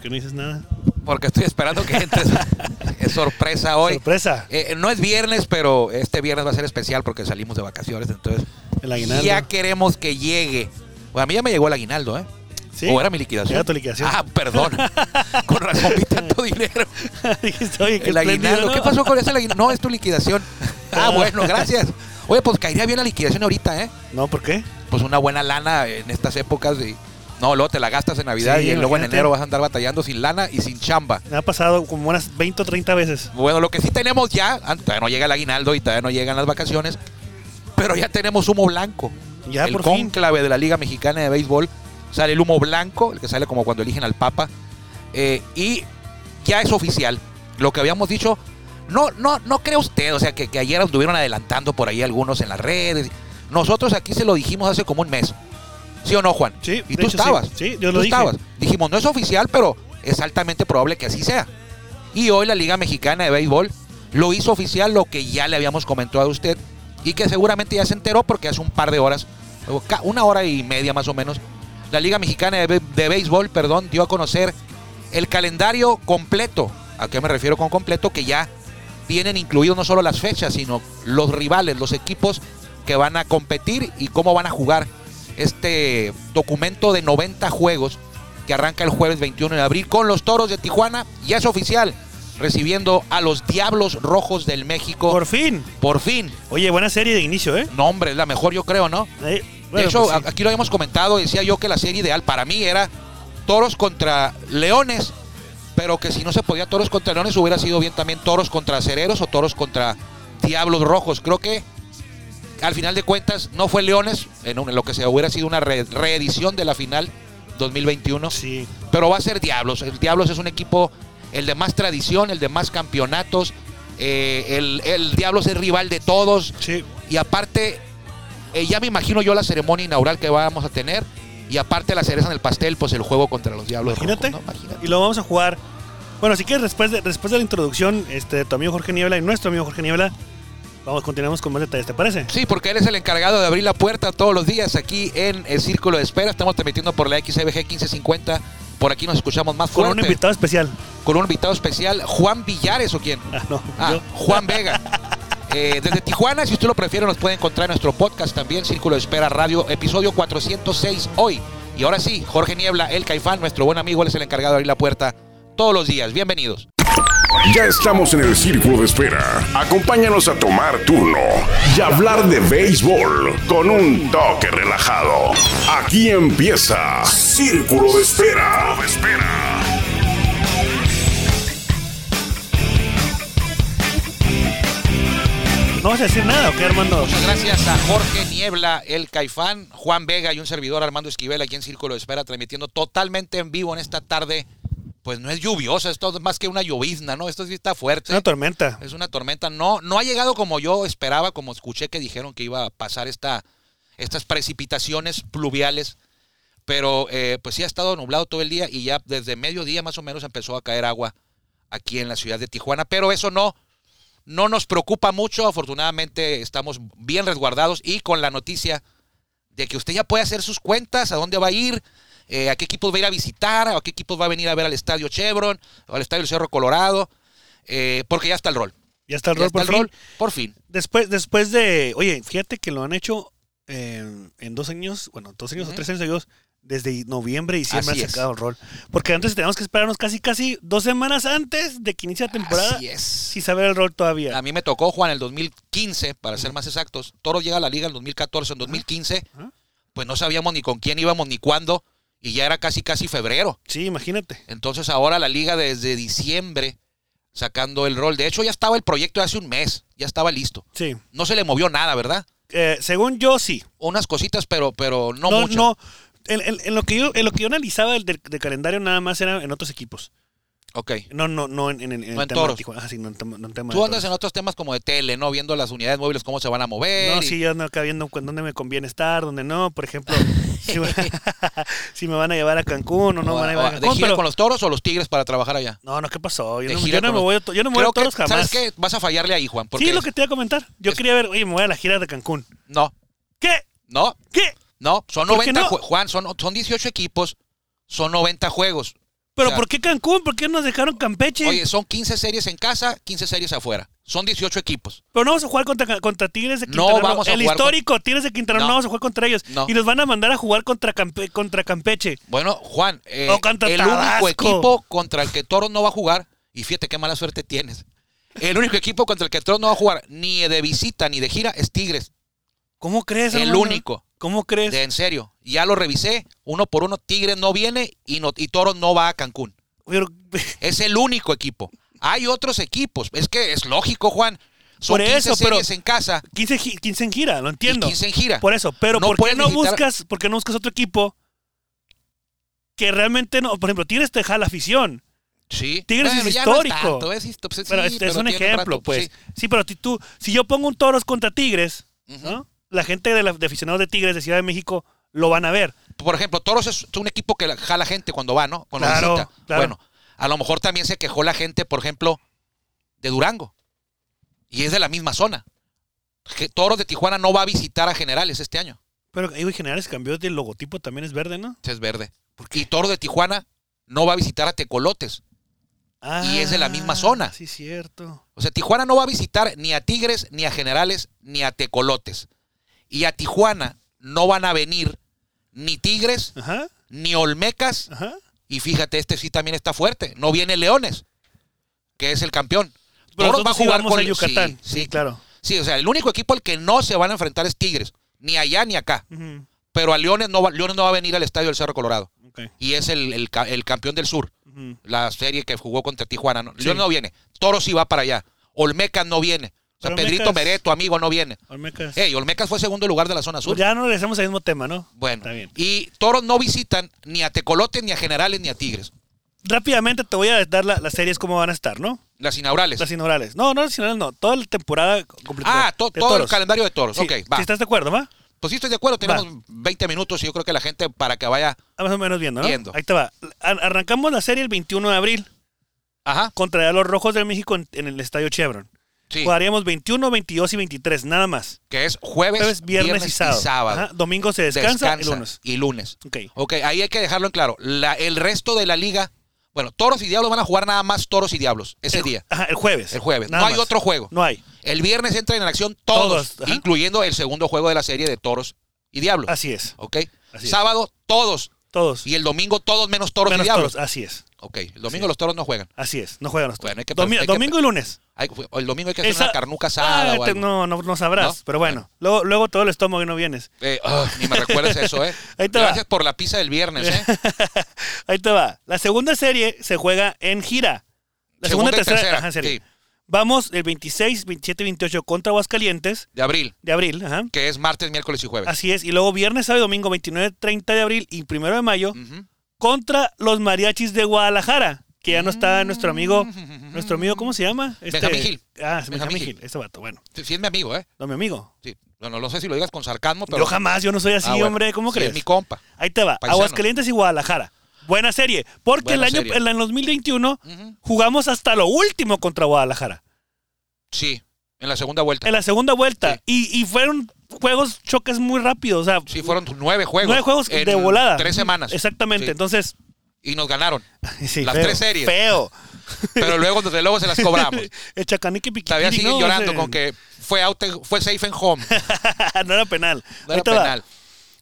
qué no dices nada? Porque estoy esperando que entres. es sorpresa hoy. Sorpresa. Eh, no es viernes, pero este viernes va a ser especial porque salimos de vacaciones. Entonces, El aguinaldo. ya queremos que llegue. Pues a mí ya me llegó el aguinaldo, ¿eh? ¿Sí? ¿O era mi liquidación? Era tu liquidación. Ah, perdón. con razón vi tanto dinero. Dijiste, oye, qué El aguinaldo. espléndido, ¿no? ¿Qué pasó con ese aguinaldo? No, es tu liquidación. Ah, Ah. bueno, gracias. Oye, pues caería bien la liquidación ahorita, ¿eh? No, ¿por qué? Pues una buena lana en estas épocas y... No, luego te la gastas en Navidad Sí, y luego en imagínate. enero vas a andar batallando sin lana y sin chamba. Me ha pasado como unas 20 o 30 veces. Bueno, lo que sí tenemos ya, ah, todavía no llega el aguinaldo y todavía no llegan las vacaciones, pero ya tenemos humo blanco. Ya, el por fin. cónclave de la Liga Mexicana de Béisbol sale el humo blanco, el que sale como cuando eligen al Papa, eh, y ya es oficial. Lo que habíamos dicho, no, no, no cree usted, o sea, que, que ayer estuvieron adelantando por ahí algunos en las redes. Nosotros aquí se lo dijimos hace como un mes. ¿Sí o no, Juan? Sí, Y de tú hecho, sí. estabas. Sí, yo Tú lo dije. estabas. Dijimos, no es oficial, pero es altamente probable que así sea. Y hoy la Liga Mexicana de Béisbol lo hizo oficial, lo que ya le habíamos comentado a usted, y que seguramente ya se enteró porque hace un par de horas, o ca- una hora y media más o menos, la Liga Mexicana de, Bé- de Béisbol, perdón, dio a conocer el calendario completo. ¿A qué me refiero con completo? Que ya tienen incluidos no solo las fechas, sino los rivales, los equipos que van a competir y cómo van a jugar este documento de 90 juegos que arranca el jueves 21 de abril con los Toros de Tijuana. Ya es oficial, recibiendo a los Diablos Rojos del México. Por Por, fin. fin, Oye, buena serie de inicio, ¿eh? nombre, es la mejor yo creo, ¿no? Eh, De bueno, hecho, pues sí. a- aquí lo habíamos comentado, decía yo que la serie ideal para mí era toros contra leones, pero que si no se podía toros contra leones hubiera sido bien también toros contra cereros o toros contra diablos rojos. Creo que al final de cuentas no fue leones, en, un- en lo que se hubiera sido una re- reedición de la final 2021 Sí. pero va a ser Diablos. El Diablos es un equipo, el de más tradición, el de más campeonatos. eh, el, el Diablos es rival de todos. Sí. Y aparte, eh, ya me imagino yo la ceremonia inaugural que vamos a tener. Y aparte la cereza en el pastel, pues el juego contra los Diablos. Imagínate. Rojos, ¿no? Imagínate. Y lo vamos a jugar. Bueno, así que después de, después de la introducción este, de tu amigo Jorge Niebla y nuestro amigo Jorge Niebla, vamos, continuamos con más detalles, ¿te parece? Sí, porque él es el encargado de abrir la puerta todos los días aquí en el Círculo de Espera. Estamos transmitiendo por la XBG 1550. Por aquí nos escuchamos más Con un fuerte. invitado especial. con un invitado especial, Juan Villares o quién. Ah, no. Ah, yo. Juan Vega. Eh, desde Tijuana, si usted lo prefiere, nos puede encontrar en nuestro podcast también, Círculo de Espera Radio, episodio 406 hoy. Y ahora sí, Jorge Niebla, el Caifán, nuestro buen amigo, él es el encargado de abrir la puerta todos los días. Bienvenidos. Ya estamos en el círculo de espera. Acompáñanos a tomar turno y hablar de béisbol con un toque relajado. Aquí empieza Círculo de Espera. Círculo de espera. ¿No vas a decir nada o qué, Armando? Muchas gracias a Jorge Niebla, el Caifán, Juan Vega y un servidor Armando Esquivel aquí en Círculo de Espera, transmitiendo totalmente en vivo en esta tarde. Pues no es lluviosa, esto es más que una llovizna, ¿no? Esto sí está fuerte. Una tormenta. Es una tormenta. No, no ha llegado como yo esperaba, como escuché que dijeron que iba a pasar esta, estas precipitaciones pluviales. Pero eh, pues sí ha estado nublado todo el día y ya desde mediodía más o menos empezó a caer agua aquí en la ciudad de Tijuana. Pero eso no, no nos preocupa mucho. Afortunadamente estamos bien resguardados y con la noticia de que usted ya puede hacer sus cuentas, a dónde va a ir, eh, a qué equipos va a ir a visitar, a qué equipos va a venir a ver al Estadio Chevron, o al Estadio del Cerro Colorado, eh, porque ya está el rol. Ya está el rol, Ya está por el fin. rol, por fin. Después, después de. Oye, fíjate que lo han hecho eh, en dos años, bueno, dos años o Ujú. tres años seguidos, desde noviembre y diciembre Así han es. sacado el rol. Porque antes teníamos que esperarnos casi, casi dos semanas antes de que inicie la temporada Así es. sin saber el rol todavía. A mí me tocó, Juan, en el 2015, para ser más exactos. Toro llega a la liga en 2014, en 2015, Ajá. pues no sabíamos ni con quién íbamos ni cuándo, y ya era casi, casi febrero. Sí, imagínate. Entonces ahora la liga desde diciembre sacando el rol. De hecho, ya estaba el proyecto de hace un mes, ya estaba listo. Sí. No se le movió nada, ¿verdad? Eh, según yo, sí. Unas cositas, pero, pero no, no, mucho. no. En, en- en lo que yo, en lo que yo analizaba del, del- del calendario nada más era en otros equipos. Ok. No, no, no en, en, en el No en tema toros. de Tijuana. Ah, sí, no en, tema- no en tema de Tú andas toros. en otros temas como de tele, ¿no? Viendo las unidades móviles, cómo se van a mover. No, y- sí, yo ando acá viendo cu- dónde me conviene estar, dónde no. Por ejemplo, si, me- si me van a llevar a Cancún o no me o- van a llevar o- a ah, ¿De Cancún. gira pero- con los toros o los tigres para trabajar allá? No, no, ¿qué pasó? Yo de no, Eh, gira yo no con me los- voy, a to- yo no me voy Creo a todos que, jamás. ¿Sabes qué? Vas a fallarle ahí, Juan. Porque sí, lo que te iba a comentar. Yo es- quería ver, oye, me voy a la gira de Cancún. No, ¿Qué? no, ¿Qué? no. Son ¿Por qué 90 no? jue- Juan, son, son 18 equipos, son 90 juegos. ¿Pero O sea, por qué Cancún? ¿Por qué nos dejaron Campeche? Oye, son 15 series en casa, 15 series afuera. Son 18 equipos. Pero no vamos a jugar contra, contra Tigres de No Quintana Roo. vamos a El jugar con- histórico Tigres de Quintana Roo no. No. vamos a jugar contra ellos. No. Y nos van a mandar a jugar contra, Campe- contra Campeche. Bueno, Juan, eh, O contra el Tabasco. único equipo contra el que Toro no va a jugar, y fíjate qué mala suerte tienes. El único equipo contra el que Toro no va a jugar, ni de visita ni de gira, es Tigres. ¿Cómo crees? El hermano? único. ¿Cómo crees? De en serio. Ya lo revisé, uno por uno, Tigres no viene y, no, y Toro no va a Cancún. Pero- Es el único equipo. Hay otros equipos. Es que es lógico, Juan. Son Por 15 eso, pero- series en casa 15, gi- 15 en gira, lo entiendo. y 15 en gira. Por eso, pero No ¿por, qué puedes no visitar- buscas, ¿por qué no buscas otro equipo que realmente no? Por ejemplo, Tigres te deja la afición. Sí. Tigres es ya no histórico. tanto, es histo- pues, sí, pero este es pero un tiene ejemplo, rato, pues. sí. Sí, pero si tú, si yo pongo un toros contra Tigres, Ujú. ¿no? La gente de, la- de aficionados de Tigres de Ciudad de México lo van a ver. Por ejemplo, Toros es un equipo que la- jala gente cuando va, ¿no? Cuando Claro, visita. claro. Bueno, a lo mejor también se quejó la gente, por ejemplo, de Durango. Y es de la misma zona. Que Toros de Tijuana no va a visitar a Generales este año. Pero ahí, güey, Generales cambió de logotipo, también es verde, ¿no? Es verde. Y Toros de Tijuana no va a visitar a Tecolotes. Y es de la misma zona. Ah, Sí, cierto. O sea, Tijuana no va a visitar ni a Tigres, ni a Generales, ni a Tecolotes. Y a Tijuana no van a venir ni Tigres, Ajá, ni Olmecas. ajá. Y fíjate, este sí también está fuerte. No viene Leones, que es el campeón. Pero Toros va a nosotros sí jugar vamos con a Yucatán. Sí, sí, Sí, claro. Sí, o sea, el único equipo al que no se van a enfrentar es Tigres. Ni allá ni acá. Ujú, Pero a Leones no va, Leones no va a venir al estadio del Cerro Colorado. ok, Y es el, el ca- el campeón del sur ujú. la serie que jugó contra Tijuana. ¿no? Sí. León no viene. Toro sí va para allá. Olmecas no viene. O sea, Pero Pedrito Olmecas- Meret, tu amigo, no viene. Olmecas. Ey, Olmecas fue segundo lugar de la zona Eh, sur. Pues ya no regresamos al mismo tema, ¿no? Bueno, Está bien. y Toros no visitan ni a Tecolotes, ni a Generales, ni a Tigres. Rápidamente te voy a dar la- las series cómo van a estar, ¿no? Las inaugurales. Las inaugurales. No, no, las inaugurales no. Toda la temporada completa. ah, to- de todo el toros. calendario de Toros. Sí, ok, va. sí, ¿Estás de acuerdo, va? Pues sí, estoy de acuerdo. Tenemos 20 minutos y yo creo que la gente para que vaya. Ah, Más o menos viendo, ¿no? Viendo. Ahí te va. Ar- arrancamos la serie el 21 de abril Ajá. contra los Rojos del México en, en el Estadio Chevron. Sí. Jugaríamos 21, 22 y 23, nada más. Que es jueves, Jueves, viernes, y sábado. Ajá, Domingo se descansa, el Descansa lunes. Y lunes. Ok. Ok, ahí hay que dejarlo en claro. La- el resto de la liga, bueno, Toros y Diablos van a jugar nada más Toros y Diablos ese día. Ajá, el jueves. El jueves. Nada no hay más. otro juego. No hay. El viernes entran en acción todos, Todos, ajá. incluyendo el segundo juego de la serie de Toros y Diablos. Así es. ¿Ok? Así es. Sábado todos Todos. y el domingo todos menos Toros Menos y Diablos. toros. Así es. Ok, el domingo los Toros no juegan. Así es. No juegan los toros. Bueno, hay que- Domi- hay que- domingo y lunes. Hay- el domingo hay que hacer Esa- una carnuca asada Ah, o te- algo. no, no, no sabrás. ¿No? Pero bueno, luego, luego todo el estómago y no vienes. Eh, ah, ni me recuerdes eso, ¿eh? Ahí te va. Gracias por la pizza del viernes, ¿eh? Ahí te va. La segunda serie se juega en gira. La segunda, y tercera, ajá, serie. sí, Vamos el 26, 27, 28 contra Aguascalientes de abril, de abril. Ajá. que es martes, miércoles y jueves. Así es. Y luego viernes, sábado y domingo 29, 30 de abril y 1 de mayo Ujú. contra los mariachis de Guadalajara. Que ya no está nuestro amigo, Mm. nuestro amigo, ¿cómo se llama? Benjamín Gil. Ah, es Benjamín Benjamín Gil, ese vato. Bueno, Sí, sí es mi amigo, ¿eh? no mi amigo. Sí. Bueno, no sé si lo digas con sarcasmo, pero... Yo jamás, yo no soy así, Ah, bueno. hombre, ¿cómo Sí, crees? Es mi compa. Ahí te va. Paisano. Aguascalientes y Guadalajara. Buena serie. Porque Buena el año, serie. en el 2021 Ujú. jugamos hasta lo último contra Guadalajara. Sí, en la segunda vuelta. En la segunda vuelta. Y, y fueron juegos, choques muy rápidos. O sea, Sí, fueron nueve juegos. nueve juegos en de volada. Tres semanas. Exactamente. Sí. Entonces, Y nos ganaron. sí, Las feo, tres series. Feo. Pero luego, desde luego, se las cobramos. El Chacanique Piquitini, Todavía siguen ¿no? llorando Ese- con que fue, out, fue safe en home. no era penal. No Ahí era te va. penal.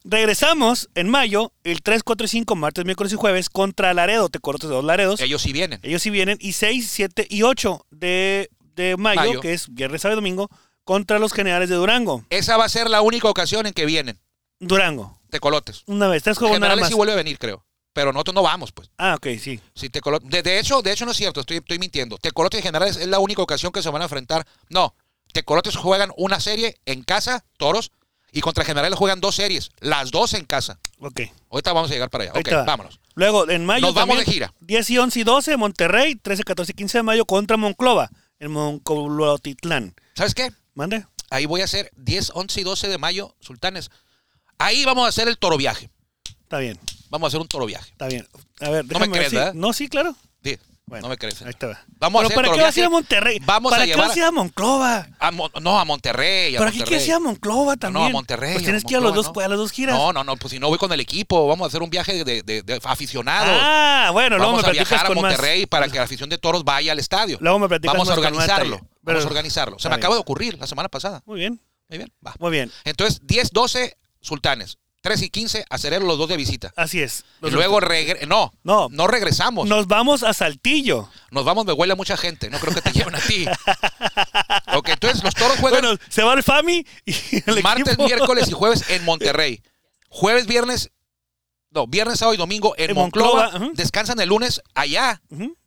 Regresamos en mayo, el 3, 4 y 5, martes, miércoles y jueves, contra Laredo. Te cortas de dos Laredos. Ellos sí vienen. Ellos sí vienen. Y 6, 7 y 8 de, de mayo, Mayo. que es viernes, sábado y domingo, contra los generales de Durango. Esa va a ser la única ocasión en que vienen. Durango. Tecolotes. Una vez. Tres juegos nada Generales más. sí vuelve a venir, creo. Pero nosotros no vamos, pues. Ah, ok, sí. Sí, Tecolo- de, de hecho, de hecho no es cierto, estoy, estoy mintiendo. Tecolotes y Generales es la única ocasión que se van a enfrentar. No, Tecolotes juegan una serie en casa, Toros, y contra Generales juegan dos series, las dos en casa. Ok. Ahorita vamos a llegar para allá. Ahí ok, te va. vámonos. Luego, en mayo. Nos vamos también, de gira. 10 y 11 y 12, Monterrey. 13, 14 y 15 de mayo contra Monclova, en Moncolotitlán. ¿Sabes qué? ¿Mande? Ahí voy a hacer 10, 11 y 12 de mayo, Sultanes. Ahí vamos a hacer el toro viaje. Está bien, Vamos a hacer un toro viaje. está bien. A ver, No me déjame ver crees, si- ¿verdad? No, sí, claro. Sí. Bueno, No me crees. ¿eh? Ahí estaba. Vamos Pero a hacer ¿para qué coreografía vas a ir a así. Monterrey? Vamos ¿Para a qué llevar- vas a ir a Monclova? A Mon- no, a Monterrey. A ¿Para qué Monterrey. quieres ir a Monclova también? No, a Monterrey. Pues tienes a que ir a, los Monclova, dos, ¿no? a las dos giras. No, no, no, pues si no voy con el equipo, vamos a hacer un viaje de, de- de aficionados. Ah, bueno, luego vamos me a platicas viajar a con más. Monterrey para que la afición de toros vaya al estadio. Luego me platicas Vamos a más con más organizarlo. detalle. Pero- Vamos a organizarlo. Se Está me bien. acaba de ocurrir la semana pasada. Muy bien, Muy bien, va. muy bien. Entonces, 10, 12 sultanes. 3 y 15, hacer los dos de visita. Así es. Y luego, regre- no, No. no, regresamos. Nos vamos a Saltillo. Nos vamos de huele a mucha gente. No creo que te lleven a ti. ok, entonces los toros juegan Bueno, se va el Fami y el martes, equipo- miércoles y jueves en Monterrey. Jueves, viernes, no, viernes, sábado y domingo en, En Monclova. Monclova, ajá. Descansan el lunes allá Ujú,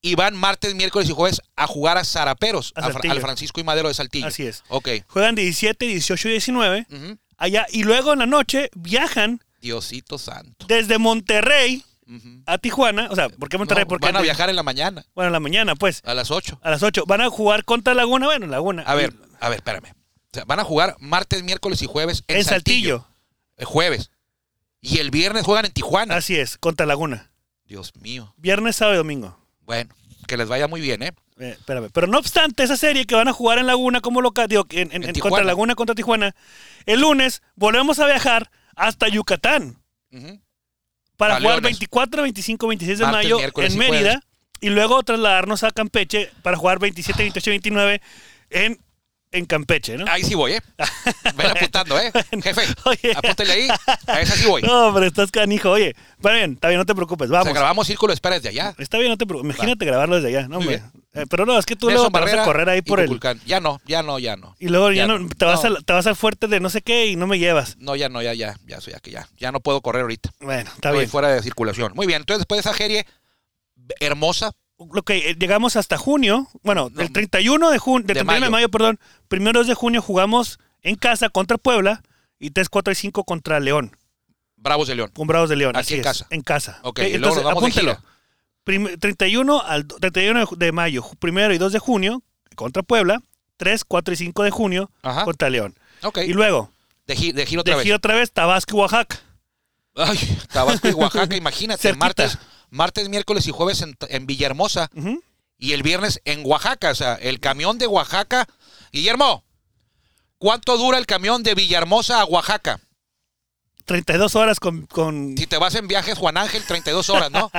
y van martes, miércoles y jueves a jugar a Zaraperos, A a Fra- Saltillo. al Francisco y Madero de Saltillo. Así es. Ok. Juegan 17, 18 y 19 Ujú. allá y luego en la noche viajan Diosito santo. desde Monterrey Ujú. a Tijuana. O sea, ¿por qué Monterrey? No, Porque van a viajar en la mañana, Bueno, en la mañana, pues. a las 8. A las 8. Van a jugar contra Laguna. Bueno, Laguna. A ver, a ver, espérame. O sea, van a jugar martes, miércoles y jueves en, En Saltillo. Saltillo. El jueves. Y el viernes juegan en Tijuana. Así es, contra Laguna. Dios mío. Viernes, sábado y domingo. Bueno, que les vaya muy bien, ¿eh? Eh, espérame. Pero no obstante, esa serie que van a jugar en Laguna como local, digo, en, en- En en Tijuana. contra Laguna, contra Tijuana, el lunes volvemos a viajar hasta Yucatán Ujú. para A jugar Leones. 24, 25, 26 de Martes, mayo en miércoles y jueves. Mérida y luego trasladarnos a Campeche para jugar 27, 28, 29 en, en Campeche, ¿no? Ahí sí voy, ¿eh? Ven apuntando, ¿eh? Jefe, Oye. apúntale ahí. A esa sí voy. No, hombre, estás canijo. Oye, está bien, está bien, no te preocupes, O sea, vamos. grabamos Círculo de Espera desde allá. Está bien, no te preocupes. Imagínate grabarlo desde allá, no, Muy hombre. Eh, pero no, es que tú luego te Nelson vas a Barrera correr ahí y por el... Cuculcán. Ya no, ya no, ya no. Y luego ya, no, te, vas no. Al, te vas al fuerte de no sé qué y no me llevas. No, ya no, ya, ya, ya, ya, que ya. Ya no puedo correr ahorita. Bueno, está Estoy bien. fuera de circulación. Muy bien, entonces después de esa serie hermosa, Ok, eh, llegamos hasta junio. Bueno, No, el 31 de junio, del de 31 de mayo. mayo, perdón. Primeros de junio jugamos en casa contra Puebla y 3, 4 y 5 contra León, Bravos de León. con Bravos de León. Así Aquí Ah, en es, casa. En casa. Ok, y luego nos vamos de gira. Prim- 31, al, 31 de ju- de mayo, ju- primero y 2 de junio contra Puebla, 3, 4 y 5 de junio Ajá. contra León. Ok, Y luego, de, gi- de giro de otra vez. gira otra vez, Tabasco y Oaxaca. Ay, Tabasco y Oaxaca, imagínate. Cerquita. martes, martes, miércoles y jueves en, en Villahermosa. Ujú. Y el viernes en Oaxaca. O sea, el camión de Oaxaca. Guillermo, ¿cuánto dura el camión de Villahermosa a Oaxaca? 32 horas con, con Si te vas en viajes Juan Ángel, 32 horas, ¿no?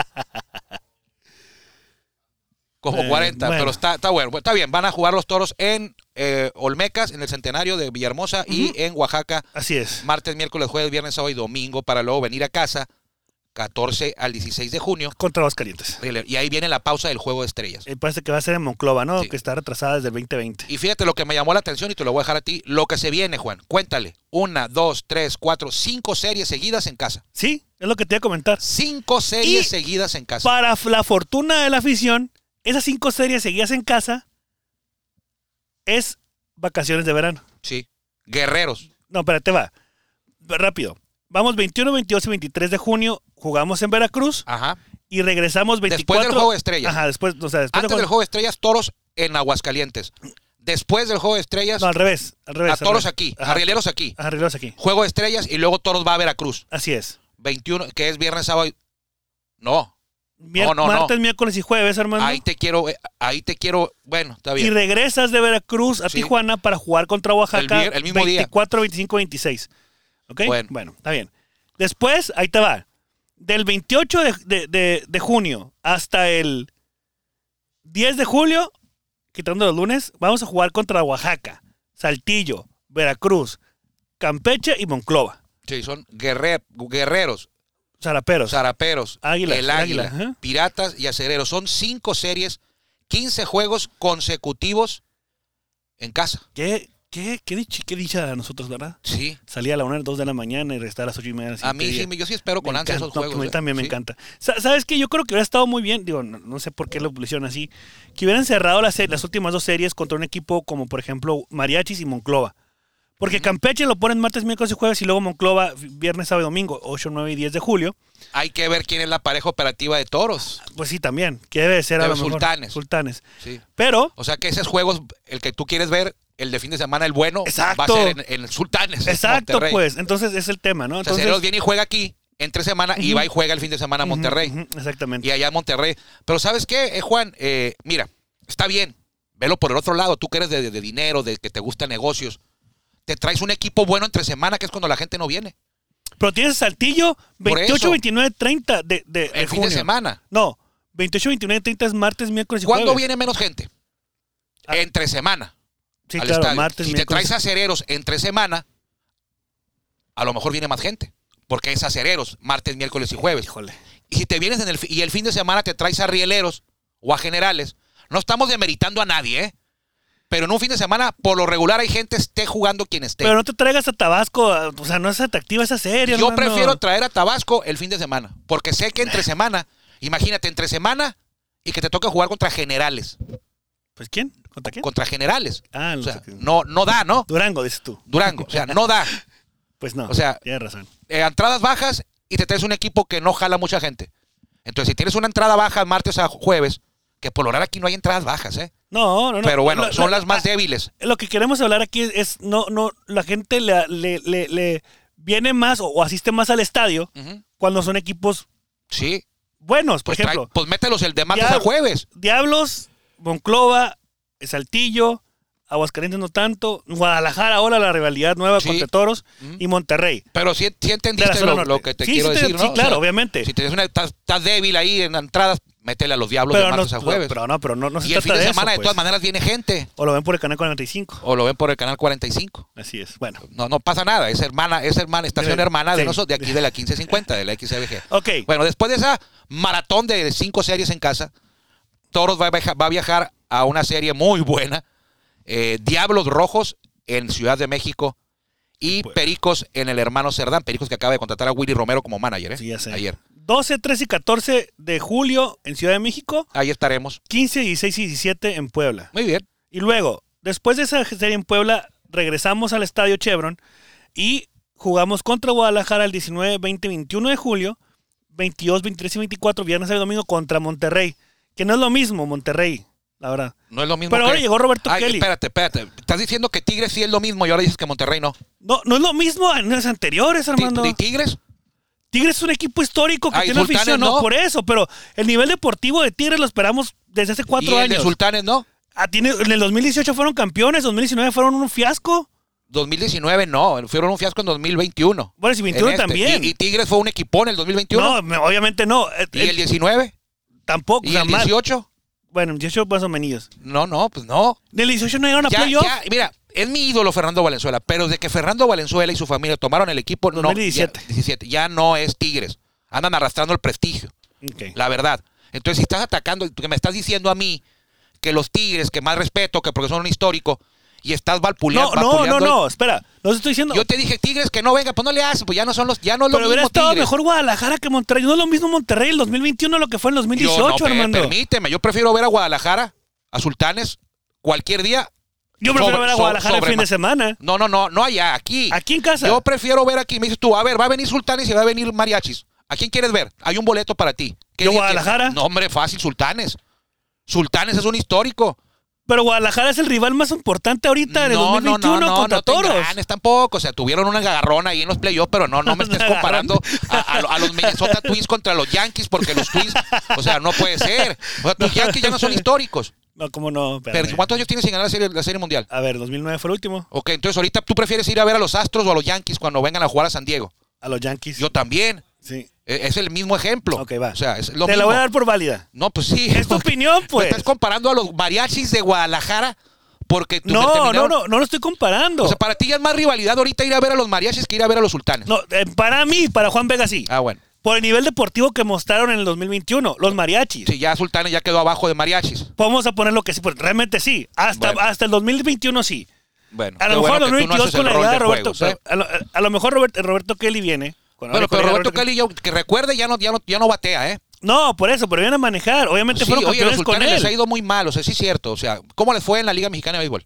Como Eh, 40, bueno. pero está, está bueno. Está bien, van a jugar los toros en eh, Olmecas, en el centenario de Villahermosa y en Oaxaca, Así es. martes, miércoles, jueves, viernes, sábado y domingo, para luego venir a casa, 14 al 16 de junio. Contra los calientes. Eh, Y ahí viene la pausa del juego de estrellas. parece que va a ser en Monclova, ¿no? Sí. Que está retrasada desde el 2020. Y fíjate lo que me llamó la atención y te lo voy a dejar a ti. Lo que se viene, Juan. Cuéntale. Una, dos, tres, cuatro, cinco series seguidas en casa. Sí, es lo que te iba a comentar. Cinco series Y- seguidas en casa. Para f- la fortuna de la afición, esas cinco series seguidas en casa es vacaciones de verano. Sí. Guerreros. No, espérate, va. Rápido. Vamos 21, 22 y 23 de junio, jugamos en Veracruz Ajá. y regresamos 24. Después del juego de estrellas. Ajá, después, o sea, después Antes del juego de estrellas, toros en Aguascalientes. Después del juego de estrellas, No, al revés, al revés. a al toros revés. aquí, Ajá, a rieleros aquí. ajá, rieleros aquí. Juego de estrellas y luego toros va a Veracruz. Así es. 21, que es viernes, sábado. y- No. Mier- No, no, no. martes, miércoles y jueves, hermano. Ahí te quiero, eh, ahí te quiero. Bueno, está y bien. regresas de Veracruz a Sí. Tijuana para jugar contra Oaxaca El vier- el mismo día. 24, 25, 26. ¿Ok? Bueno. Bueno. está bien. Después, ahí te va. Del 28 de, de- de- de junio hasta el 10 de julio, quitando los lunes, vamos a jugar contra Oaxaca, Saltillo, Veracruz, Campeche y Monclova. Sí, son guerre- guerreros. Zaraperos. Zaraperos, Águilas, el Águila, Águila, ajá. Piratas y Acereros. Son cinco series, 15 juegos consecutivos en casa. ¿Qué, qué, qué, dicha, qué dicha a nosotros, ¿verdad? Sí. Salía a la 1, 2 de la mañana y regresar a las 8 y media. del A siguiente mí sí, día. me- yo sí espero con Me ansia encanta, esos no, juegos. que a mí ¿eh? también me Sí. encanta. Sa- ¿Sabes qué? Yo creo que hubiera estado muy bien, digo, no, no sé por qué lo pusieron así, que hubieran cerrado las, se- las últimas dos series contra un equipo como, por ejemplo, Mariachis y Monclova. Porque Campeche lo ponen martes, miércoles y jueves y luego Monclova viernes, sábado y domingo, 8, 9 y 10 de julio. Hay que ver quién es la pareja operativa de toros. Pues sí, también, que debe de ser a De lo los mejor. sultanes. Sultanes. Sí. Pero, O sea que esos juegos, el que tú quieres ver, el de fin de semana, el bueno, Exacto. va a ser en, en Sultanes. en exacto, Monterrey. pues, entonces es el tema, ¿no? O sea, Entonces, Acereros viene y juega aquí entre semana y va y juega el fin de semana a Monterrey. Ujú, ujú, Exactamente. Y allá a Monterrey. Pero ¿sabes qué, eh, Juan? Eh, mira, está bien. Velo por el otro lado. Tú que eres de, de- de dinero, de que te gustan negocios. Te traes un equipo bueno entre semana, que es cuando la gente no viene. Pero tienes Saltillo Por 28, eso. 29, 30 de, de, El fin junio. de semana. No, 28, 29, 30 es martes, miércoles y ¿Cuándo jueves. viene menos gente? Ah. Entre semana. Sí, al claro, estadio. martes, si te miércoles. traes acereros entre semana, a lo mejor viene más gente. Porque es acereros, martes, miércoles y jueves. Híjole. Y si te vienes en el, fi- y el fin de semana te traes a rieleros o a generales, no estamos demeritando a nadie, ¿eh? Pero en un fin de semana, por lo regular, hay gente esté jugando quien esté. Pero no te traigas a Tabasco, a- o sea, no es atractiva esa serie. Yo hermano. prefiero traer a Tabasco el fin de semana. Porque sé que entre semana, imagínate, entre semana y que te toca jugar contra generales. Pues quién? ¿Contra quién? Contra generales. Ah, no O sea, sé qué. no, no da, ¿no? Durango, dices tú. Durango. O sea, no da. Pues no. O sea- tienes razón. eh, entradas bajas y te traes un equipo que no jala mucha gente. Entonces, si tienes una entrada baja martes a jueves, que por lo general aquí no hay entradas bajas, ¿eh? No, no, no. Pero bueno, Lo- son lo- las más ah, débiles. Lo que queremos hablar aquí es, es no, no, la gente le, le- le- le viene más o, o asiste más al estadio Ujú. cuando son equipos Sí. buenos, por Pues, ejemplo. trae- pues mételos el de martes Ya- a jueves. Diablos, Monclova, Saltillo, Aguascalientes no tanto, Guadalajara ahora la rivalidad nueva Sí. Mm. contra Toros Ujú. y Monterrey. Pero sí, sí De la entendiste zona lo, norte. lo que te Sí, quiero sí te- decir, ¿no? sí, O claro, sea, obviamente. Si tienes una, estás, estás débil ahí en entradas, métele a los diablos de pero, no, martes a jueves. pero no, pero no, no se y el fin trata de de eso, semana, de pues. todas maneras, viene gente. O lo ven por el canal 45. O lo ven por el canal 45. Así es. Bueno, No, no pasa nada. Es hermana, es hermana, estación De- hermana de sí. nosotros, de aquí de la 1550, de la XBG. Ok. Bueno, después de esa maratón de cinco series en casa, Toros va a viajar, va a, viajar a una serie muy buena. eh, Diablos Rojos en Ciudad de México y Bueno. Pericos en el hermano Cerdán. Pericos que acaba de contratar a Willy Romero como manager, ¿eh? sí, ya sé. Ayer. 12, 13 y 14 de julio en Ciudad de México, Ahí estaremos. 15, 16 y 17 en Puebla. Muy bien. Y luego, después de esa serie en Puebla, regresamos al Estadio Chevron y jugamos contra Guadalajara el 19, 20, 21 de julio, 22, 23 y 24, viernes y domingo contra Monterrey. Que no es lo mismo Monterrey, la verdad. No es lo mismo. Pero que- ahora llegó Roberto Ay, Kelly. espérate, espérate. Estás diciendo que Tigres sí es lo mismo y ahora dices que Monterrey no. No, no es lo mismo en las anteriores, Ti- Armando. ¿Y Tigres? Tigres es un equipo histórico que Ah, y tiene Sultanes afición, no, no. por eso, pero el nivel deportivo de Tigres lo esperamos desde hace ¿Y cuatro el de años. Sultanes no? Ah, tiene- en el 2018 fueron campeones, 2019 fueron un fiasco. 2019 no, fueron un fiasco en 2021. Bueno, si 21 En este. también. Y, y Tigres fue un equipón en el 2021. No, me- obviamente no. Eh, ¿Y eh, el 19? tampoco, ¿Y o sea, el mal. 18? Bueno, 18 más o menos. No, no, pues no. Del 18 no llegaron a Ya, playoff. ya, mira, es mi ídolo Fernando Valenzuela, pero desde que Fernando Valenzuela y su familia tomaron el equipo, no, 2017. ya, 17, ya no es Tigres. Andan arrastrando el prestigio, Ok. la verdad. Entonces, si estás atacando, tú que me estás diciendo a mí que los Tigres, que más respeto, que porque son un histórico, y estás No, valpuleando. no, no, no, espera. No te estoy diciendo. Yo te dije, Tigres, que no venga, pues no le haces, pues ya no son los, ya no es lo pero hubiera mismo estado Tigres. mejor Guadalajara que Monterrey. No es lo mismo Monterrey el 2021 lo que fue en el 2018, yo, no, pe- Armando. Permíteme, yo prefiero ver a Guadalajara, a Sultanes, cualquier día. Yo prefiero sobre- ver a so- Guadalajara el sobre fin ma- de semana. No, no, no, no allá, aquí. Aquí en casa. Yo prefiero ver aquí. Me dices tú, a ver, va a venir Sultanes y va a venir Mariachis. ¿A quién quieres ver? Hay un boleto para ti. ¿Qué ¿Yo día Guadalajara? quieres? No, hombre, fácil, Sultanes. Sultanes es un histórico. Pero Guadalajara es el rival más importante ahorita en el 2021 contra no te Toros. engañes tampoco. O sea, tuvieron una agarrón ahí en los playoffs, pero no, no me estés Una agarrón. comparando a, a lo- a los Minnesota Twins contra los Yankees, porque los Twins, o sea, no puede ser. O sea, tus Yankees ya no son históricos. No, cómo no. espérame. Pero, ¿Cuántos años tienes sin ganar la serie, la serie mundial? A ver, 2009 fue el último. Ok, entonces ahorita tú prefieres ir a ver a los Astros o a los Yankees cuando vengan a jugar a San Diego. A los Yankees. Yo también. sí. E- Es el mismo ejemplo. Ok, va. O sea, es Te lo la mismo. voy a dar por válida. No, pues sí. Es tu opinión, Me pues. estás comparando a los mariachis de Guadalajara porque tú me No, no, terminaron- no, no lo estoy comparando. O sea, para ti ya es más rivalidad ahorita ir a ver a los mariachis que ir a ver a los sultanes. No, eh, para mí, para Juan Vega sí. Ah, bueno. Por el nivel deportivo que mostraron en el 2021, los mariachis. Sí, ya Sultanes ya quedó abajo de mariachis. Vamos a ponerlo que sí, porque realmente sí. Hasta, Bueno. hasta el 2021 sí. Bueno, A qué lo mejor bueno en que tú no 2022 haces con la el rol llegada de de Roberto. juegos, ¿eh? a, lo, a lo mejor Robert- Roberto Kelly viene. Con- Bueno, con pero llega Roberto Cali, ya- que recuerde, ya no, ya, no, ya no batea, ¿eh? No, por eso, pero vienen a manejar. Obviamente Sí, fueron oye, los campeones con sultanes les ha él. ido muy mal, o sea, sí es cierto. O sea, ¿cómo les fue en la Liga Mexicana de Béisbol?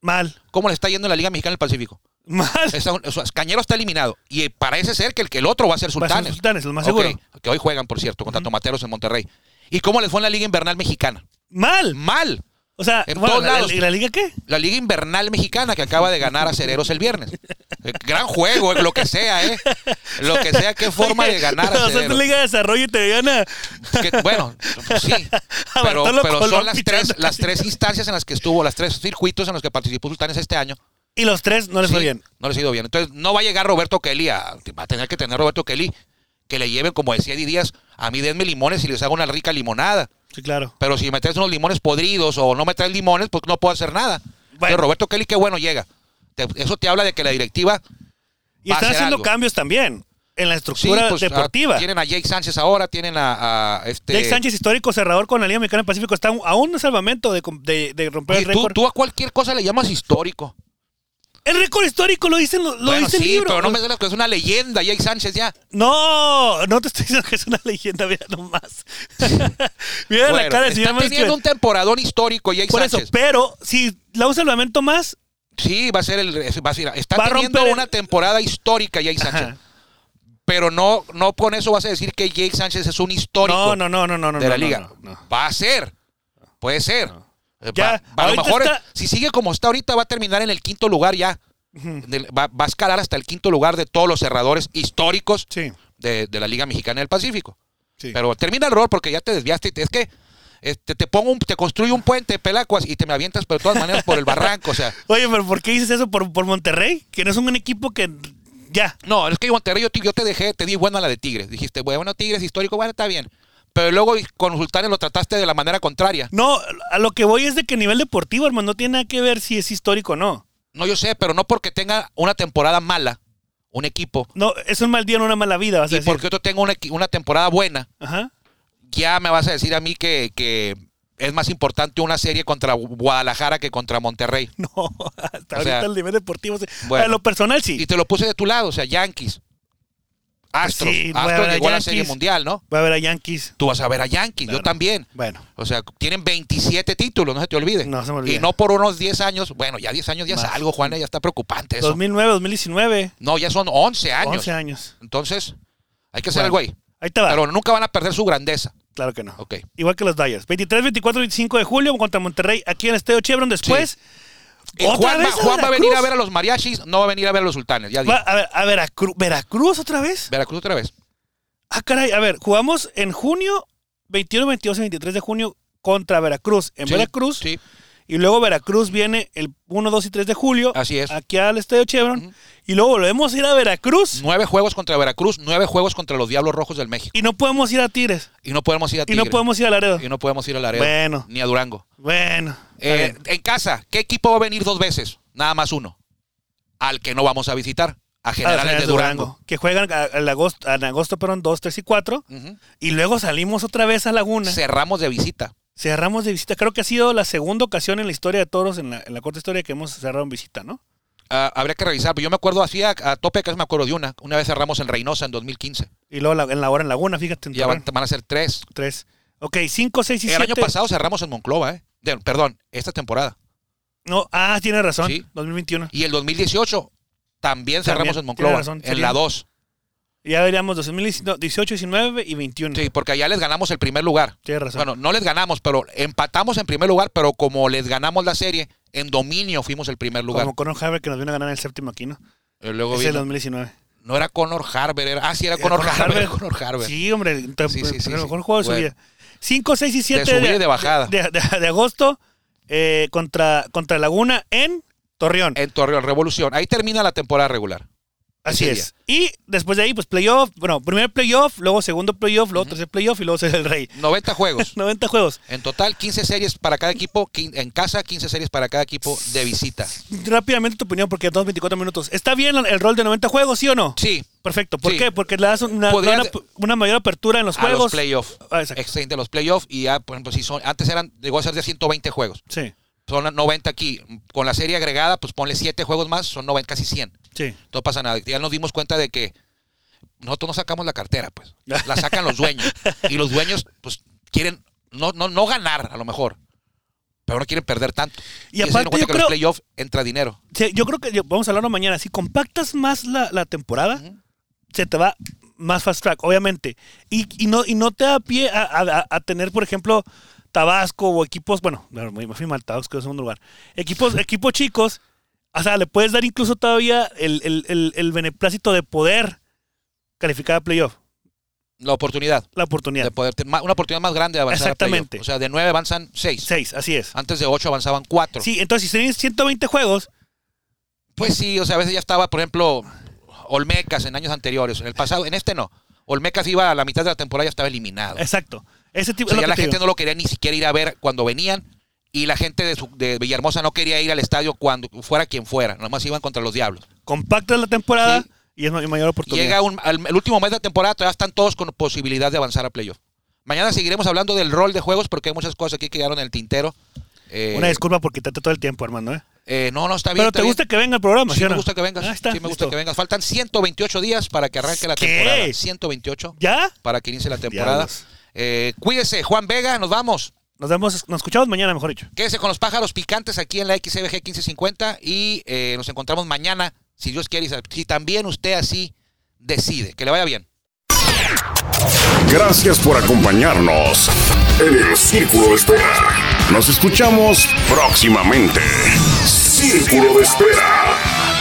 Mal, ¿Cómo le está yendo en la Liga Mexicana del Pacífico? mal. Está un- o sea, Cañero está eliminado. Y eh, parece ser que el, que el otro va a ser Va a ser Sultanes. Sultanes, lo más Ok, seguro. Que hoy juegan, por cierto, contra Tomateros en Monterrey. ¿Y cómo les fue en la Liga Invernal Mexicana? Mal. Mal. O sea, En bueno, todos la, la- lados. ¿la liga qué? La Liga Invernal Mexicana que acaba de ganar a Cereros el viernes. Eh, Gran juego, eh, lo que sea, ¿eh? Lo que sea, qué forma de ganar a O sea, es Cereros. liga de desarrollo y te gana. Que, bueno, pues sí. A Pero, Bartolo pero Colón son las pichando tres, las casi. tres instancias en las que estuvo, las tres circuitos en los que participó Sultanes este año. Y los tres no les fue Sí, bien. No les ha ido bien. Entonces, no va a llegar Roberto Kelly. A, va a tener que tener Roberto Kelly que le lleven, como decía Eddie Díaz, a mí denme limones y les hago una rica limonada. Sí, claro. Pero si me traes unos limones podridos o no me traes limones, pues no puedo hacer nada. Bueno. Pero Roberto Kelly, qué bueno llega. Te- eso te habla de que la directiva Y va a están hacer haciendo algo. cambios también en la sí, estructura pues, deportiva. ah, tienen a Jake Sánchez ahora, tienen a, a, este. Jake Sánchez, histórico cerrador con la Liga Mexicana del Pacífico, está a un salvamento de, com- de- de romper Oye, el tú, récord. tú a cualquier cosa le llamas histórico. El récord histórico lo dicen lo, lo Bueno, dice el sí, libro. pero no me digas que es una leyenda, Jake Sánchez ya. No, no te estoy diciendo que es una leyenda, mira nomás. mira la Bueno, cara del está señor teniendo Másquez. un temporadón histórico, Jake Por eso, Sánchez. pero si la un salvamento más, Sí, va a ser el. Va a ser, está Va a teniendo romper el- una temporada histórica, Jake Sánchez. Ajá. Pero no, no con eso vas a decir que Jake Sánchez es un no, histórico no, no, no, no, no. de la no, liga. no, no. Va a ser. Puede ser. Eh, Ya, va- va a lo ahorita mejor, está- si sigue como está ahorita, va a terminar en el quinto lugar ya. Del- Va, va a escalar hasta el quinto lugar de todos los cerradores históricos Sí, de, de la Liga Mexicana del Pacífico. sí. Pero termina el rol porque ya te desviaste. y te- Es que este, te pongo un, te construyo un puente, pelacuas, y te me avientas, pero de todas maneras por el barranco. O sea, Oye, pero ¿por qué dices eso por, por Monterrey? Que no es un equipo que ya. No, es que Monterrey yo te, yo te dejé, te di buena la de Tigres. Dijiste, bueno, Tigres histórico, bueno, está bien. Pero luego con Sultanes lo trataste de la manera contraria. No, a lo que voy es de que a nivel deportivo, hermano, no tiene nada que ver si es histórico o no. No, yo sé, pero no porque tenga una temporada mala, un equipo, No, es un mal día, no una mala vida, vas a y decir. porque otro tenga una, equi- una temporada buena, Ajá. ya me vas a decir a mí que, que es más importante una serie contra Guadalajara que contra Monterrey. No, hasta O ahorita sea, el nivel deportivo. sí. bueno. a lo personal sí. Y te lo puse de tu lado, o sea, Yankees. Astros. sí, voy a Astros ver a llegó a la Yankees. serie mundial, ¿no? Va a haber a Yankees. Tú vas a ver a Yankees, Claro. yo también. Bueno. O sea, tienen 27 títulos, no se te olvide. No se me olvida. Y no por unos 10 años, bueno, ya 10 años ya es Más. algo, Juana, ya está preocupante eso. 2009, 2019, No, ya son 11 años. 11 años. Entonces, hay que hacer Bueno. algo ahí. Ahí te va. Pero nunca van a perder su grandeza. claro que no. Ok. Eh, Igual que los Dyers. 23, 24, 25 de julio contra Monterrey aquí en el Estadio Chevron. Después, Y ¿Otra Juan, va, vez a Juan va a venir Veracruz? a ver a los mariachis, no va a venir a ver a los sultanes. Ya dije. va a, ver, a Veracruz. ¿Veracruz otra vez? Veracruz otra vez. Ah, caray. A ver, jugamos en junio, 21, 22 y 23 de junio contra Veracruz. En Sí, Veracruz. Sí, Y luego Veracruz viene el 1, 2 y 3 de julio. así es. Aquí al Estadio Chevron. Ujú. Y luego volvemos a ir a Veracruz. Nueve juegos contra Veracruz, nueve juegos contra los Diablos Rojos del México. Y no podemos ir a Tigres. Y no podemos ir a Y Tigres. no podemos ir a Laredo. y no podemos ir a Laredo. Bueno, Ni a Durango. bueno. está Eh, bien. en casa, ¿qué equipo va a venir dos veces? Nada más uno. Al que no vamos a visitar. A A Generales General de Durango. Que juegan a- al agosto, en agosto, perdón, 2, 3 y 4. Ujú. Y luego salimos otra vez a Laguna. Cerramos de visita. Cerramos de visita. Creo que ha sido la segunda ocasión en la historia de toros, en la, en la corta historia que hemos cerrado en visita, ¿no? Ah, habría que revisar. pero Yo me acuerdo así a, a tope, casi me acuerdo de una. Una vez cerramos en Reynosa en 2015. Y luego la- en la hora en Laguna, fíjate. En Ya van, Torreón, van a ser tres. tres. Ok, 5, 6 y 7. El año pasado cerramos en Monclova, ¿eh? De- perdón, esta temporada. No, ah, tiene razón. Sí. 2021. Y el 2018 también cerramos También, en Monclova. tienes razón, en la sería- 2. Ya veríamos 2018, 19 y 21. Sí, porque allá les ganamos el primer lugar. Tienes razón. Bueno, no les ganamos, pero empatamos en primer lugar, pero como les ganamos la serie, en dominio fuimos el primer lugar. Como Conor Harvey que nos vino a ganar el séptimo aquí, ¿no? Eh, Luego Ese es el vino- 2019. No era Conor Harber, era. Ah, sí, era Era Conor, Conor Harber. Harber. era Conor Harber. Sí, hombre, el Sí, sí, sí, mejor sí. juego de su Bueno. vida. 5, 6 y 7 subida y de bajada. De, de- de agosto eh, contra, contra Laguna en Torreón. En Torreón, Revolución. Ahí termina la temporada regular. Así ese es. Y después de ahí, pues playoff. Bueno, primer playoff, luego segundo playoff, luego tercer playoff y luego ser el rey. 90 juegos. 90 juegos. En total, 15 series para cada equipo. quin- En casa, 15 series para cada equipo de visita. Rápidamente tu opinión porque tenemos 24 minutos. ¿Está bien el rol de 90 juegos, sí o no? Sí, Perfecto. ¿Por Sí. qué? Porque le das una, Podría una, de- una mayor apertura en los a los juegos. playoffs. Ah, exacto. Extiende los playoffs y ya, por ejemplo, si son. Antes eran. Llegó a ser de 120 juegos. Sí, Son 90 aquí. Con la serie agregada, pues ponle 7 juegos más, son 90, casi 100. sí. No pasa nada. Ya nos dimos cuenta de que nosotros no sacamos la cartera, pues. La sacan los dueños. Y los dueños, pues, quieren no, no, no ganar, a lo mejor. Pero no quieren perder tanto. Y se dieron aparte, cuenta yo que en los creo- playoffs entra dinero. Sí, yo creo que yo- vamos a hablarlo mañana. Si compactas más la, la temporada, se te va más fast track, obviamente. Y, y no, y no te da pie a, a- a- a tener, por ejemplo, Tabasco o equipos, bueno, no, me me fui mal, Tabasco es segundo lugar. Equipos, equipos chicos, o sea, le puedes dar incluso todavía el, el, el, el beneplácito de poder calificar a playoff, La oportunidad la de oportunidad. poder, tener ma- una oportunidad más grande de avanzar. a playoff. Exactamente. O sea, de nueve avanzan seis. Seis, así es. Antes de ocho avanzaban cuatro. Sí, entonces si tienes 120 juegos, Ah, Pues sí, o sea, a veces ya estaba, por ejemplo, Olmecas en años anteriores. En el pasado, en este no. Olmecas iba a la mitad de la temporada y ya estaba eliminado. exacto. Ese tipo O sea, es ya lo la que te gente digo. no lo quería ni siquiera ir a ver cuando venían. Y la gente de, su- de Villahermosa no quería ir al estadio cuando fuera quien fuera. Nomás iban contra los diablos. compactas la temporada Sí. y es ma- mayor oportunidad. Llega un- al- el último mes de la temporada, todavía están todos con posibilidad de avanzar a playoff. Mañana seguiremos hablando del rol de juegos porque hay muchas cosas aquí que quedaron en el tintero. Eh, Una disculpa por quitarte todo el tiempo, hermano. ¿eh? eh, no, no, está bien. Pero está te bien. gusta que venga el programa, Sí, o me no? Ah, gusta que vengas. Ahí está, sí, me gusta listo. que vengas. Faltan 128 días para que arranque la ¿Qué? temporada. 128 ¿Ya? para que inicie la temporada. Diablos. Eh, cuídese, Juan Vega, nos vamos. Nos vemos, nos escuchamos mañana, mejor dicho. Quédese con los pájaros picantes aquí en la XBG 1550 y eh, nos encontramos mañana, si Dios quiere, y si también usted así decide. Que le vaya bien. Gracias por acompañarnos en el Círculo de Espera. Nos escuchamos próximamente. Círculo de Espera.